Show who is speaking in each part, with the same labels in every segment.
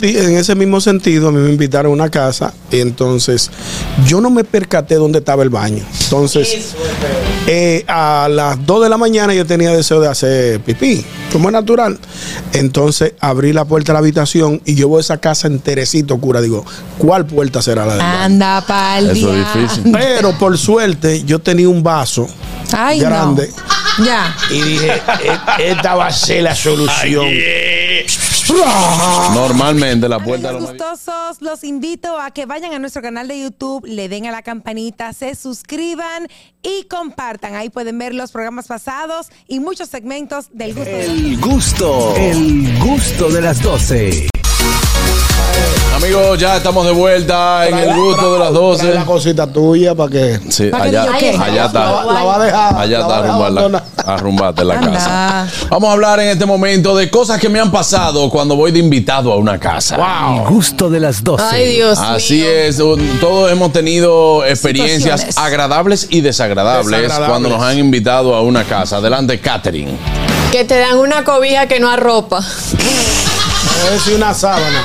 Speaker 1: En ese mismo sentido, a mí me invitaron a una casa y entonces yo no me percaté dónde estaba el baño. Entonces, eh, a las 2 de la mañana yo tenía deseo de hacer pipí, como es natural. Entonces abrí la puerta de la habitación y yo veo esa casa enterecito oscura. Digo, ¿cuál puerta será la del baño?
Speaker 2: Anda, pal.
Speaker 3: Eso es difícil.
Speaker 1: Pero por suerte yo tenía un vaso
Speaker 2: Ay, no.
Speaker 1: grande
Speaker 2: Ya.
Speaker 1: y dije, "E- esta va a ser la solución.
Speaker 3: Normalmente la puerta de
Speaker 2: Amigos
Speaker 3: los mayores-
Speaker 2: gustosos, los invito a que vayan a nuestro canal de YouTube, le den a la campanita, se suscriban y compartan. Ahí pueden ver los programas pasados y muchos segmentos del gusto. de las-
Speaker 4: El gusto, el gusto de las 12.
Speaker 3: Amigos, ya estamos de vuelta en el gusto de las
Speaker 1: Trae la
Speaker 3: 12.
Speaker 1: cosita tuya para que
Speaker 3: Sí,
Speaker 2: Para que
Speaker 3: allá,
Speaker 2: diga que-
Speaker 3: allá
Speaker 1: la, la va a
Speaker 3: está. Allá
Speaker 1: dejar.
Speaker 3: está
Speaker 1: la va a dejar
Speaker 3: arrumbarla,
Speaker 1: abandonada.
Speaker 3: arrumbate la
Speaker 2: Anda.
Speaker 3: casa. Vamos a hablar en este momento de cosas que me han pasado cuando voy de invitado a una casa.
Speaker 4: El gusto de las 12.
Speaker 5: Ay, Dios
Speaker 3: Así
Speaker 5: mío.
Speaker 3: es, un- todos hemos tenido experiencias
Speaker 2: Situaciones.
Speaker 3: agradables y desagradables,
Speaker 1: Desagradables.
Speaker 3: cuando nos han invitado a una casa. Adelante, Catherine.
Speaker 5: Que te dan una cobija que no arropa.
Speaker 1: Es una sábana.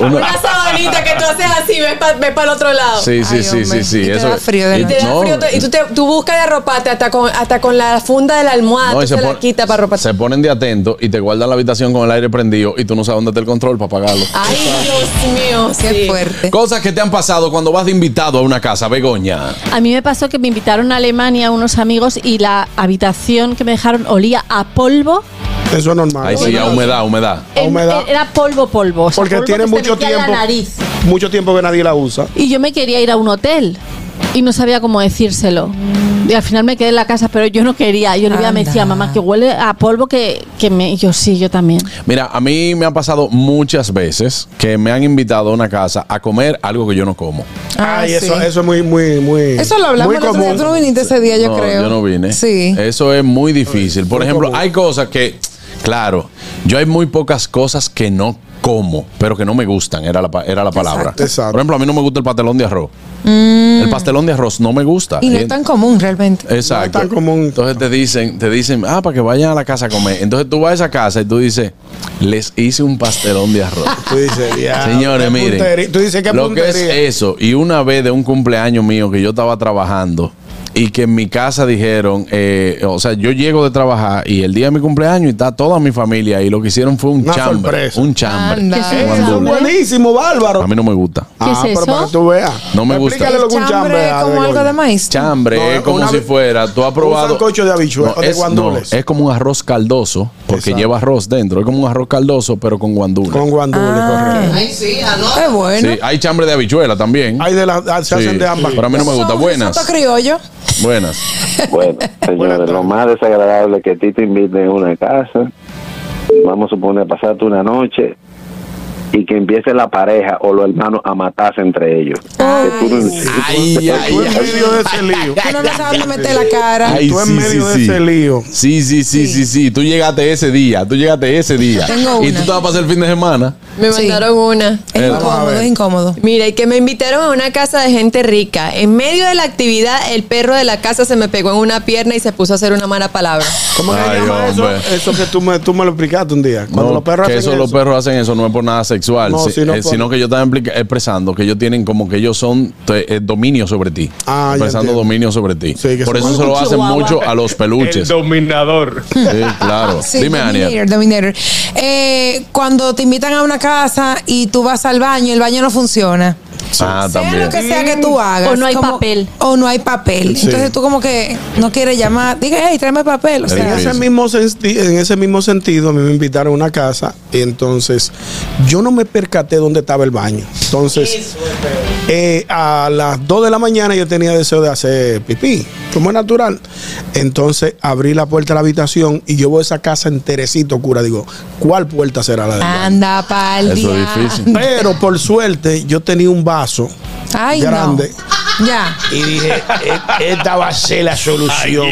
Speaker 3: Una-
Speaker 5: Una sabanita que tú haces así, ves para el otro lado.
Speaker 3: sí, sí,
Speaker 2: Ay,
Speaker 3: sí, sí,
Speaker 2: hombre.
Speaker 3: sí.
Speaker 2: Y te da frío de
Speaker 3: y-
Speaker 5: Y te da
Speaker 3: no,
Speaker 5: frío, y tú, te- tú buscas de arroparte hasta con, hasta con la funda de la almohada.
Speaker 3: no, y
Speaker 5: tú
Speaker 3: se,
Speaker 5: te la
Speaker 3: pon-
Speaker 5: quitas para arroparte.
Speaker 3: se ponen de atento y te guardan la habitación con el aire prendido y tú no sabes dónde está el control para apagarlo.
Speaker 5: Ay, Dios mío.
Speaker 2: Qué
Speaker 5: sí.
Speaker 2: fuerte.
Speaker 3: Cosas que te han pasado cuando vas de invitado a una casa, Begoña.
Speaker 5: Ah,
Speaker 6: A mí me pasó que me invitaron a Alemania unos amigos y la habitación que me dejaron olía a polvo. e,
Speaker 1: Eso es normal.
Speaker 3: Ahí sí, a humedad, humedad.
Speaker 1: A humedad.
Speaker 6: Era polvo, polvo. o sea,
Speaker 1: Porque
Speaker 6: polvo
Speaker 1: tiene
Speaker 6: que se
Speaker 1: mucho
Speaker 6: metía en
Speaker 1: tiempo.
Speaker 6: la nariz.
Speaker 1: Mucho tiempo que nadie la usa.
Speaker 6: Y yo me quería ir a un hotel y no sabía cómo decírselo. Y al final me quedé en la casa, pero yo no quería. Yo Olivia me
Speaker 2: Anda.
Speaker 6: decía, mamá, que huele a polvo que, que me... y yo sí, yo también.
Speaker 3: Mira, a mí me ha pasado muchas veces que me han invitado a una casa a comer algo que yo no como.
Speaker 2: Ah,
Speaker 1: Ay, eso,
Speaker 2: sí.
Speaker 1: eso es muy, muy, muy.
Speaker 2: Eso lo hablamos
Speaker 1: muy
Speaker 2: el otro día.
Speaker 1: común.
Speaker 2: Tú no viniste ese día, yo
Speaker 3: no,
Speaker 2: creo.
Speaker 3: Yo no vine. Eh,
Speaker 2: Sí.
Speaker 3: Eso es muy difícil. Por
Speaker 1: Muy
Speaker 3: ejemplo,
Speaker 1: común.
Speaker 3: hay cosas que, claro, yo hay muy pocas cosas que no como, pero que no me gustan, era la, pa- era la palabra.
Speaker 1: Exacto. Exacto.
Speaker 3: Por ejemplo, a mí no me gusta el pastelón de arroz. El pastelón de arroz no me gusta.
Speaker 2: Mm. y no
Speaker 3: Y-
Speaker 2: es tan común realmente.
Speaker 3: Exacto.
Speaker 1: No es tan común.
Speaker 3: Entonces te dicen, te dicen, ah, para que vayan a la casa a comer. Entonces tú vas a esa casa y tú dices, les hice un pastelón de arroz.
Speaker 1: Tú dices, ya.
Speaker 3: Señores,
Speaker 1: qué
Speaker 3: miren.
Speaker 1: puntería. Tú dices que
Speaker 3: Lo que es eh, eso. Y una vez de un cumpleaños mío que yo estaba trabajando y que en mi casa dijeron, eh, o sea, yo llego de trabajar y el día de mi cumpleaños y está toda mi familia y lo que hicieron fue un
Speaker 1: Una
Speaker 3: chambre.
Speaker 1: sorpresa.
Speaker 3: Un chambre.
Speaker 2: Anda.
Speaker 6: ¿Qué es
Speaker 3: Un
Speaker 6: eso?
Speaker 1: Eso es
Speaker 3: andule.
Speaker 1: buenísimo, bárbaro.
Speaker 3: A mí no me gusta.
Speaker 1: ah,
Speaker 6: ¿Qué es
Speaker 1: pero para
Speaker 6: eso?
Speaker 1: que tú veas.
Speaker 3: No me gusta.
Speaker 1: Explícale lo que un chambre es,
Speaker 2: como
Speaker 1: Adelio.
Speaker 2: algo de maíz.
Speaker 3: Chambre
Speaker 1: No,
Speaker 3: es como
Speaker 1: una-
Speaker 3: si fuera, tú has
Speaker 1: un
Speaker 3: probado.
Speaker 1: sancocho de habichuelas, de
Speaker 3: es,
Speaker 1: guandules.
Speaker 3: es como un arroz caldoso, porque
Speaker 1: Exacto.
Speaker 3: lleva arroz dentro. Es como un arroz caldoso, pero con guandules.
Speaker 1: Con guandules, correcto.
Speaker 2: Qué bueno.
Speaker 3: Sí, hay chambre de habichuela también.
Speaker 1: Hay de las, ah, se
Speaker 3: Sí,
Speaker 1: hacen de ambas.
Speaker 3: Pero a mí no me gusta.
Speaker 2: Son
Speaker 3: Buenas.
Speaker 2: risotto criollo.
Speaker 3: Buenas.
Speaker 7: Bueno, señores, lo más desagradable es que a ti te inviten a una casa, vamos a suponer, pasarte una noche y que empiece la pareja o los hermanos a matarse entre ellos.
Speaker 2: Ay,
Speaker 7: Que tú no-
Speaker 3: Ay, ay,
Speaker 1: Tú en medio de ese lío.
Speaker 2: Tú no sabes dónde meter la cara.
Speaker 3: Ay,
Speaker 1: Tú en
Speaker 3: sí,
Speaker 1: medio
Speaker 3: sí,
Speaker 1: de
Speaker 3: sí.
Speaker 1: ese lío.
Speaker 3: Sí, sí, sí, sí, sí. Tú llegaste ese día. Tú llegaste ese día.
Speaker 2: Tengo
Speaker 3: Y
Speaker 2: una.
Speaker 3: tú estabas para hacer el fin de semana.
Speaker 5: Me
Speaker 2: Sí.
Speaker 5: mandaron una.
Speaker 2: Es
Speaker 3: Vamos a
Speaker 2: incómodo,
Speaker 1: ver.
Speaker 2: es incómodo.
Speaker 5: Mira, y que me invitaron a una casa de gente rica. En medio de la actividad, el perro de la casa se me pegó en una pierna y se puso a hacer una mala palabra.
Speaker 1: ¿Cómo que se
Speaker 3: Ay,
Speaker 1: llama eso?
Speaker 3: hombre.
Speaker 1: Eso que tú me, tú me lo explicaste un día. Cuando
Speaker 3: No,
Speaker 1: los perros
Speaker 3: que
Speaker 1: hacen
Speaker 3: eso,
Speaker 1: eso.
Speaker 3: los perros hacen eso no es por nada sexual,
Speaker 1: No,
Speaker 3: si- eh, sino,
Speaker 1: sino por-
Speaker 3: que yo estaba implica- expresando que ellos tienen como que ellos son te- eh, dominio sobre ti,
Speaker 1: Ah, ya
Speaker 3: expresando
Speaker 1: entiendo.
Speaker 3: dominio sobre ti.
Speaker 1: Sí, que
Speaker 3: por
Speaker 1: son-
Speaker 3: eso se lo hacen
Speaker 6: Chihuahua.
Speaker 3: mucho a los peluches.
Speaker 8: dominador.
Speaker 3: Sí, claro.
Speaker 2: Sí,
Speaker 3: Dime, Ania.
Speaker 2: Dominator, Dominator. Eh, cuando te invitan a una casa y tú vas al baño, el baño no funciona.
Speaker 3: Ah,
Speaker 2: Sea
Speaker 3: también.
Speaker 2: lo que sea que tú hagas.
Speaker 6: Mm. O no hay
Speaker 2: como-
Speaker 6: papel.
Speaker 2: O no hay papel.
Speaker 1: Sí.
Speaker 2: Entonces tú como que no quieres llamar. Diga, hey, tráeme papel. O
Speaker 3: Es
Speaker 2: sea,
Speaker 1: En ese,
Speaker 3: difícil.
Speaker 1: mismo senti- en ese mismo sentido, a mí me invitaron a una casa y entonces yo no me percaté dónde estaba el baño. Entonces, eh, a las 2 de la mañana yo tenía deseo de hacer pipí, como es natural. Entonces abrí la puerta de la habitación y yo veo esa casa enterecito oscura. Digo, ¿cuál puerta será la del baño?
Speaker 2: anda pa'l
Speaker 3: Eso es
Speaker 2: día.
Speaker 3: difícil.
Speaker 1: Pero por suerte yo tenía un vaso
Speaker 2: Ay,
Speaker 1: grande.
Speaker 2: no. Ya.
Speaker 1: Y dije, "E- esta va a ser la solución.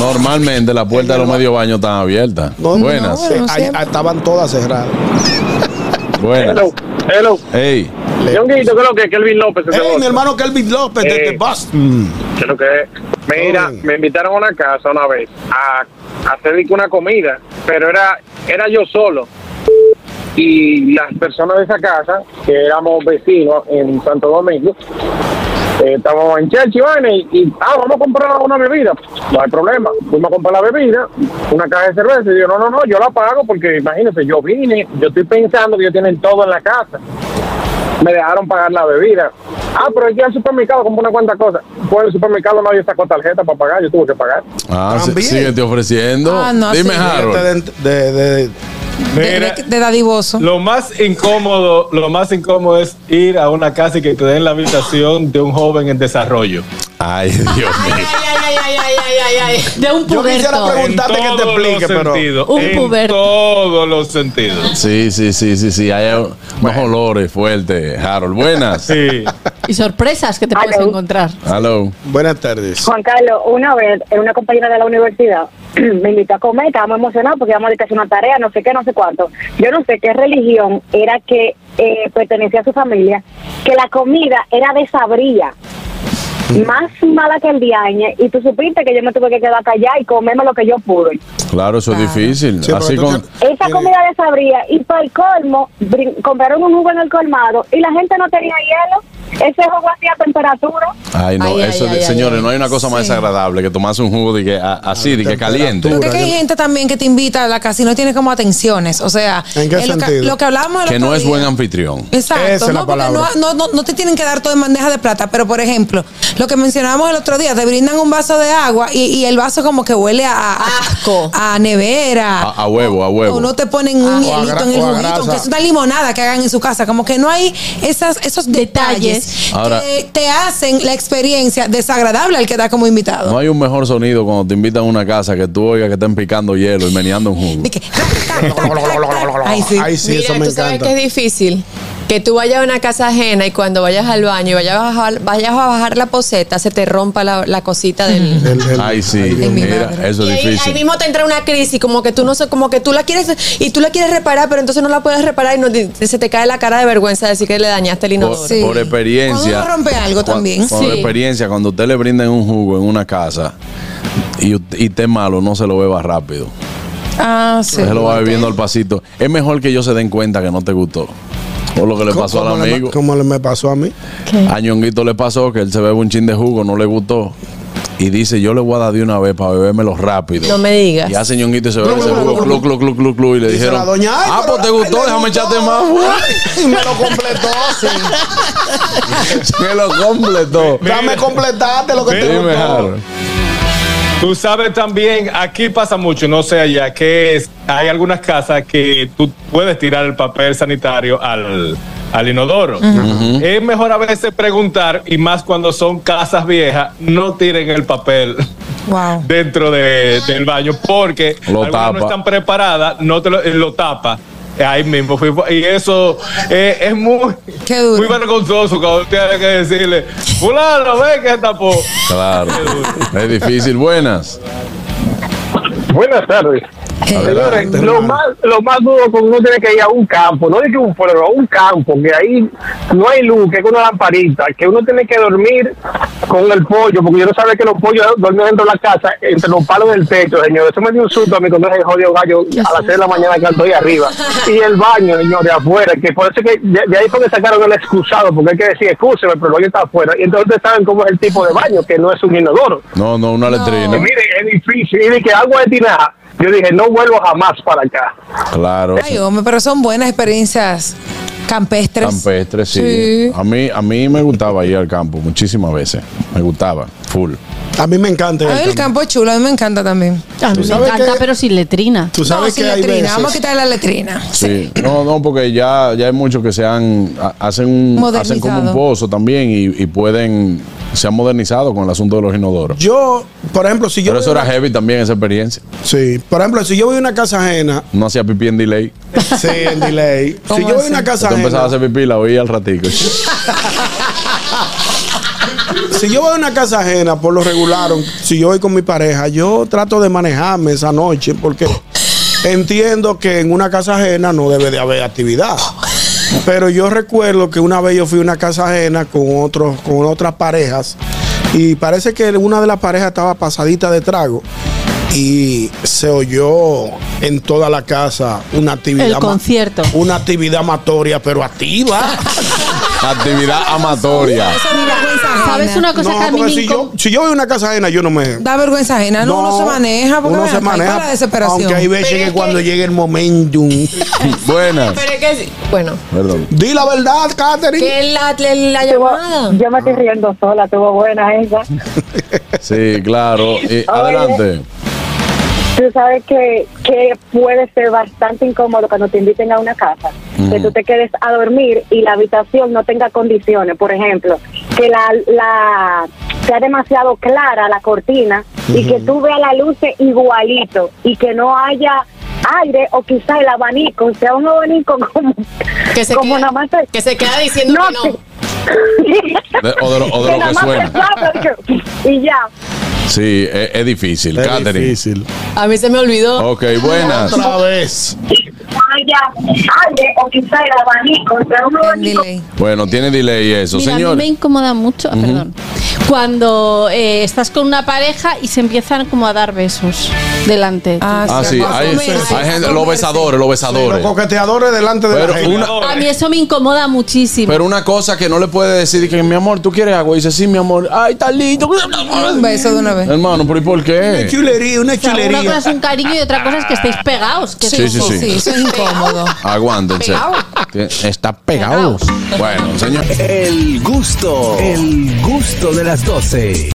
Speaker 3: Normalmente la puerta de los medio baños están abiertas.
Speaker 1: No, no,
Speaker 3: buenas,
Speaker 1: eh, ahí- estaban todas cerradas.
Speaker 3: buenas.
Speaker 9: Hello, hello.
Speaker 3: Ey,
Speaker 9: Yonguito, ¿qué es lo que es? Kelvin López. ese
Speaker 1: ¡Ey,
Speaker 9: otro.
Speaker 1: mi hermano Kelvin López desde
Speaker 9: Eh.
Speaker 1: Boston!
Speaker 9: ¿Qué es lo que es? Mira,
Speaker 1: Joven.
Speaker 9: me invitaron a una casa una vez a, a hacer una comida, pero era, era yo solo. y las personas de esa casa, que éramos vecinos en Santo Domingo, eh, estábamos en Chelsea, vaina, y, y, ah, vamos a comprar una bebida. No hay problema. Fuimos a comprar la bebida, una caja de cerveza. Y yo, no, no, no, yo la pago porque imagínense, yo vine, yo estoy pensando que ellos tienen todo en la casa. Me dejaron pagar la bebida. Ah, pero yo al supermercado compré una cuanta cosa. Pues el supermercado nadie sacó tarjeta para pagar, yo tuve que pagar.
Speaker 3: Ah, sí,
Speaker 1: También.
Speaker 3: sigue te ofreciendo.
Speaker 2: Ah, no,
Speaker 3: Dime,
Speaker 2: sí.
Speaker 3: Harold.
Speaker 1: De, de- de-
Speaker 2: De,
Speaker 8: Mira,
Speaker 2: de, de dadivoso.
Speaker 8: lo más incómodo, lo más incómodo es ir a una casa y que te den la habitación de un joven en desarrollo.
Speaker 3: Ay, Dios mío.
Speaker 6: De un
Speaker 1: Yo quisiera
Speaker 6: puberto.
Speaker 1: preguntar- Importante que te explique, pero-
Speaker 8: sentidos,
Speaker 6: Un
Speaker 8: en
Speaker 6: puberto.
Speaker 8: todos los sentidos.
Speaker 3: Sí, sí, sí, sí, sí. Hay unos olores fuertes, Harold. Buenas.
Speaker 8: Sí.
Speaker 6: Y sorpresas que te
Speaker 10: Aló.
Speaker 6: puedes encontrar.
Speaker 3: Hello.
Speaker 1: buenas tardes.
Speaker 10: Juan Carlos, una vez, eh, una compañera de la universidad me invitó a comer, estábamos emocionados porque íbamos a dedicarse a una tarea, no sé qué, no sé cuánto. Yo no sé qué religión era que eh, pertenecía a su familia, que la comida era de sabría,
Speaker 9: Mm.
Speaker 10: más mala que el diañe, y tú supiste que yo me tuve que quedar callada y comerme lo que yo pude.
Speaker 3: Claro, eso es difícil.
Speaker 1: Sí,
Speaker 3: Así
Speaker 1: porque tú
Speaker 3: con.
Speaker 1: tienes-
Speaker 10: Esa
Speaker 1: Eh,
Speaker 10: comida de sabría, y para el colmo, brin- compraron un jugo en el colmado y la gente no tenía hielo, ese jugo hacía temperatura.
Speaker 3: Ay, no,
Speaker 5: Ay, ay,
Speaker 3: eso,
Speaker 5: ay,
Speaker 3: de-
Speaker 5: ay,
Speaker 3: señores,
Speaker 5: ay.
Speaker 3: no hay una cosa más
Speaker 2: Sí.
Speaker 3: desagradable que tomarse un jugo de que, a- así, de que caliente.
Speaker 2: Porque es que hay gente también que te invita a la casa y no tiene como atenciones. O sea,
Speaker 1: ¿En qué
Speaker 2: es lo, que,
Speaker 1: sentido?
Speaker 2: lo que hablábamos el
Speaker 3: Que
Speaker 2: otro
Speaker 3: no es
Speaker 2: día.
Speaker 3: buen anfitrión.
Speaker 2: Exacto,
Speaker 1: Esa es la
Speaker 2: no, porque
Speaker 1: palabra.
Speaker 2: no, no, no- no te tienen que dar todo en bandeja de plata, pero por ejemplo, lo que mencionábamos el otro día, te brindan un vaso de agua y, y el vaso como que huele a, a-
Speaker 5: Asco.
Speaker 2: a nevera,
Speaker 3: A, a huevo, a
Speaker 2: o no
Speaker 3: huevo.
Speaker 2: te ponen un
Speaker 1: O a
Speaker 2: hielito
Speaker 1: gra-
Speaker 2: en el
Speaker 1: o a
Speaker 2: juguito,
Speaker 1: grasa.
Speaker 2: aunque es una limonada que hagan en su casa. Como que no hay esas, esos detalles,
Speaker 5: Detalles.
Speaker 3: Ahora-
Speaker 2: que te hacen la experiencia desagradable al quedar como invitado.
Speaker 3: No hay un mejor sonido cuando te invitan a una casa que tú oigas que estén picando hielo y meneando un jugo.
Speaker 2: De que, tac, tac, tac, tac, tac. Ay, sí.
Speaker 1: Ay, sí,
Speaker 5: Mira,
Speaker 1: eso me
Speaker 5: tú sabes
Speaker 1: encanta.
Speaker 5: que es difícil. Que tú vayas a una casa ajena y cuando vayas al baño y vayas a bajar, vayas a bajar la poseta, se te rompa la, la cosita del,
Speaker 1: El- el-
Speaker 3: Ay, sí,
Speaker 2: Dios mío.
Speaker 3: mira, eso
Speaker 5: Y
Speaker 3: es
Speaker 5: ahí, ahí
Speaker 3: difícil.
Speaker 5: mismo te entra una crisis, como que tú no sé, como que tú la quieres y tú la quieres reparar, pero entonces no la puedes reparar y no- te- se te cae la cara de vergüenza de decir que le dañaste el
Speaker 3: Por,
Speaker 5: inodoro.
Speaker 2: Sí.
Speaker 3: por experiencia.
Speaker 2: Cuando uno rompe algo
Speaker 3: Cuan-
Speaker 2: también.
Speaker 3: Por
Speaker 6: Sí.
Speaker 3: experiencia, cuando usted le brinden un jugo en una casa y, ut- y esté malo, no se lo beba rápido.
Speaker 2: Ah, sí.
Speaker 3: se lo va bebiendo al pasito. Es mejor que ellos se den cuenta que no te gustó. O lo que le
Speaker 1: co-
Speaker 3: pasó al
Speaker 1: como le-
Speaker 3: amigo.
Speaker 1: como le- me pasó a mí.
Speaker 3: A Ñonguito le pasó que él se bebe un chin de jugo, no le gustó. Y dice, yo le voy a dar de una vez para bebérmelo rápido.
Speaker 5: No me digas.
Speaker 3: Y hace Ñonguito y se bebe
Speaker 1: Glu,
Speaker 3: ese
Speaker 1: glu,
Speaker 3: jugo, clu,
Speaker 1: glu,
Speaker 3: clu, clu, clu, clu, y le
Speaker 1: Dice
Speaker 3: dijeron,
Speaker 1: la doña, "Ay,
Speaker 3: ah,
Speaker 1: pero
Speaker 3: pues te
Speaker 1: ay,
Speaker 3: gustó,
Speaker 1: le
Speaker 3: déjame
Speaker 1: gustó".
Speaker 3: echarte más.
Speaker 1: Y me lo completó, sí.
Speaker 3: Me lo completó.
Speaker 1: Dame completarte lo que te
Speaker 3: Dime,
Speaker 1: gustó.
Speaker 3: Harold.
Speaker 8: Tú sabes también, aquí pasa mucho, no sé allá, que es, hay algunas casas que tú puedes tirar el papel sanitario al, al inodoro. Es mejor a veces preguntar, y más cuando son casas viejas, no tiren el papel
Speaker 2: Wow.
Speaker 8: dentro de- del baño porque
Speaker 3: Lo
Speaker 8: algunas
Speaker 3: tapa.
Speaker 8: no están preparadas, no te lo, eh, lo tapa. Ahí mismo fui- y eso eh, es muy,
Speaker 2: Qué duro.
Speaker 8: muy vergonzoso cuando tienes que decirle, fulano, ven que tapó.
Speaker 3: Claro. Es difícil. Buenas.
Speaker 9: Buenas tardes. Señores,
Speaker 1: Adelante,
Speaker 9: Eh, lo
Speaker 1: hermano.
Speaker 9: más, lo más duro cuando uno tiene que ir a un campo, no es que un pueblo, a un campo, que ahí no hay luz, que es una lamparita, que uno tiene que dormir con el pollo, porque yo no sabía que los pollos duermen dentro de la casa, entre los palos del techo, señor. Eso me dio un susto a mí cuando ese jodido gallo a las 6 de la mañana que estoy arriba. Y el baño, señor, de afuera, que por eso que de, de ahí fue que sacaron el excusado, porque hay que decir, excúseme, pero el baño está afuera. Y entonces ustedes saben cómo es el tipo de baño, que no es un inodoro.
Speaker 3: No, no, una letrina.
Speaker 9: Que mire, es difícil. Y dije, agua de tinaja. Yo dije, no vuelvo jamás para acá.
Speaker 3: Claro.
Speaker 2: Ay, hombre, pero son buenas experiencias campestres.
Speaker 3: Campestre, sí. Ah. A, mí, a mí me gustaba ir al campo muchísimas veces. Me gustaba, full.
Speaker 1: A mí me encanta.
Speaker 2: A ver, el campo es chulo, a mí me encanta también.
Speaker 6: A mí me
Speaker 1: sabes
Speaker 6: encanta,
Speaker 1: que-
Speaker 6: pero sin letrina.
Speaker 1: Tú
Speaker 2: No,
Speaker 1: sabes
Speaker 2: sin
Speaker 1: que hay
Speaker 2: letrina,
Speaker 1: veces.
Speaker 2: vamos a quitar la letrina.
Speaker 3: Sí. No, no, porque ya, ya hay muchos que se han, ha- hacen, un, hacen como un
Speaker 2: Modernizado.
Speaker 3: pozo también y, y pueden, se han modernizado con el asunto de los inodoros.
Speaker 1: Yo, por ejemplo, si yo.
Speaker 3: Pero
Speaker 1: voy
Speaker 3: eso
Speaker 1: a
Speaker 3: era
Speaker 1: una-
Speaker 3: heavy también, esa experiencia.
Speaker 1: Sí, por ejemplo, si yo voy a una casa ajena.
Speaker 3: No hacía pipí en delay.
Speaker 1: Sí, en delay. Si yo voy a una casa
Speaker 3: Tú empezabas a
Speaker 1: ajena.
Speaker 3: hacer pipí y la oía al ratico.
Speaker 1: Si yo voy a una casa ajena, por lo regular, o si yo voy con mi pareja, yo trato de manejarme esa noche porque entiendo que en una casa ajena no debe de haber actividad. Pero yo recuerdo que una vez yo fui a una casa ajena con otros, con otras parejas y parece que una de las parejas estaba pasadita de trago. y se oyó en toda la casa una actividad.
Speaker 6: El
Speaker 1: ma-
Speaker 6: concierto.
Speaker 1: Una ajá. actividad amatoria, pero activa.
Speaker 3: Actividad amatoria.
Speaker 6: ¿Sabes una cosa
Speaker 1: Ah, No,
Speaker 6: que a mí me
Speaker 1: porque si
Speaker 6: inco-
Speaker 1: yo, si yo voy a una casa ajena, yo no me.
Speaker 2: Da vergüenza ajena, no, uno se maneja. Porque
Speaker 1: uno
Speaker 2: vean,
Speaker 1: se
Speaker 2: acá, ¿y cuál es
Speaker 1: maneja.
Speaker 2: la desesperación.
Speaker 1: Aunque hay veces que cuando llegue el momentum.
Speaker 3: Buenas.
Speaker 5: Pero es que sí. Bueno,
Speaker 3: Perdón.
Speaker 1: Di la verdad, Katherine.
Speaker 5: que la, la, la
Speaker 10: Estuvo-
Speaker 5: llamada.
Speaker 10: Yo me estoy riendo sola, tuvo buena esa.
Speaker 3: Sí, claro. Eh,
Speaker 10: Oye.
Speaker 3: adelante.
Speaker 10: Tú sabes que, que puede ser bastante incómodo cuando te inviten a una casa, que tú te quedes a dormir y la habitación no tenga condiciones, por ejemplo, que la, la sea demasiado clara la cortina y que tú veas la luz igualito y que no haya aire o quizá el abanico, sea un abanico como,
Speaker 5: Que se,
Speaker 10: como
Speaker 5: queda,
Speaker 10: nada más se-
Speaker 5: que se queda diciendo
Speaker 10: No,
Speaker 5: que no.
Speaker 3: De- o de lo- o de lo
Speaker 10: nada
Speaker 3: que
Speaker 10: más se
Speaker 3: suena.
Speaker 10: sopla y- y ya.
Speaker 3: Sí, es, es difícil.
Speaker 1: Es
Speaker 3: Catherine.
Speaker 1: difícil.
Speaker 5: A mí se me olvidó.
Speaker 3: Ok, buenas.
Speaker 1: Otra vez.
Speaker 10: haya aire o quizá el abanico, pero uno
Speaker 2: En delay.
Speaker 3: Bueno, tiene delay eso,
Speaker 6: Mira, a
Speaker 3: señor.
Speaker 6: mí me incomoda mucho, ah, perdón, cuando eh, estás con una pareja y se empiezan como a dar besos delante.
Speaker 3: Ah, sí,
Speaker 2: a
Speaker 3: hay,
Speaker 2: comerse,
Speaker 3: hay
Speaker 2: a
Speaker 3: gente, los
Speaker 2: comerse.
Speaker 3: besadores, los
Speaker 1: Los
Speaker 3: besadores.
Speaker 1: coqueteadores delante de la
Speaker 3: Pero
Speaker 1: gente.
Speaker 3: una,
Speaker 6: a mí eso me incomoda muchísimo.
Speaker 3: pero una cosa que no le puede decir que mi amor, ¿tú quieres agua? Y dice, sí, mi amor. Ay, está lindo.
Speaker 6: Pues.
Speaker 2: Un beso de una vez.
Speaker 3: Hermano, pero ¿y por
Speaker 1: Una
Speaker 3: qué?
Speaker 1: chulería, una
Speaker 6: O sea, una cosa
Speaker 1: chulería.
Speaker 6: es un cariño y otra cosa es que estéis pegados. Que
Speaker 3: Sí,
Speaker 6: eso-
Speaker 3: sí, sí.
Speaker 2: eso es incómodo.
Speaker 3: Aguántense. Está pegado. Bueno, señor.
Speaker 4: El gusto, el gusto de las 12.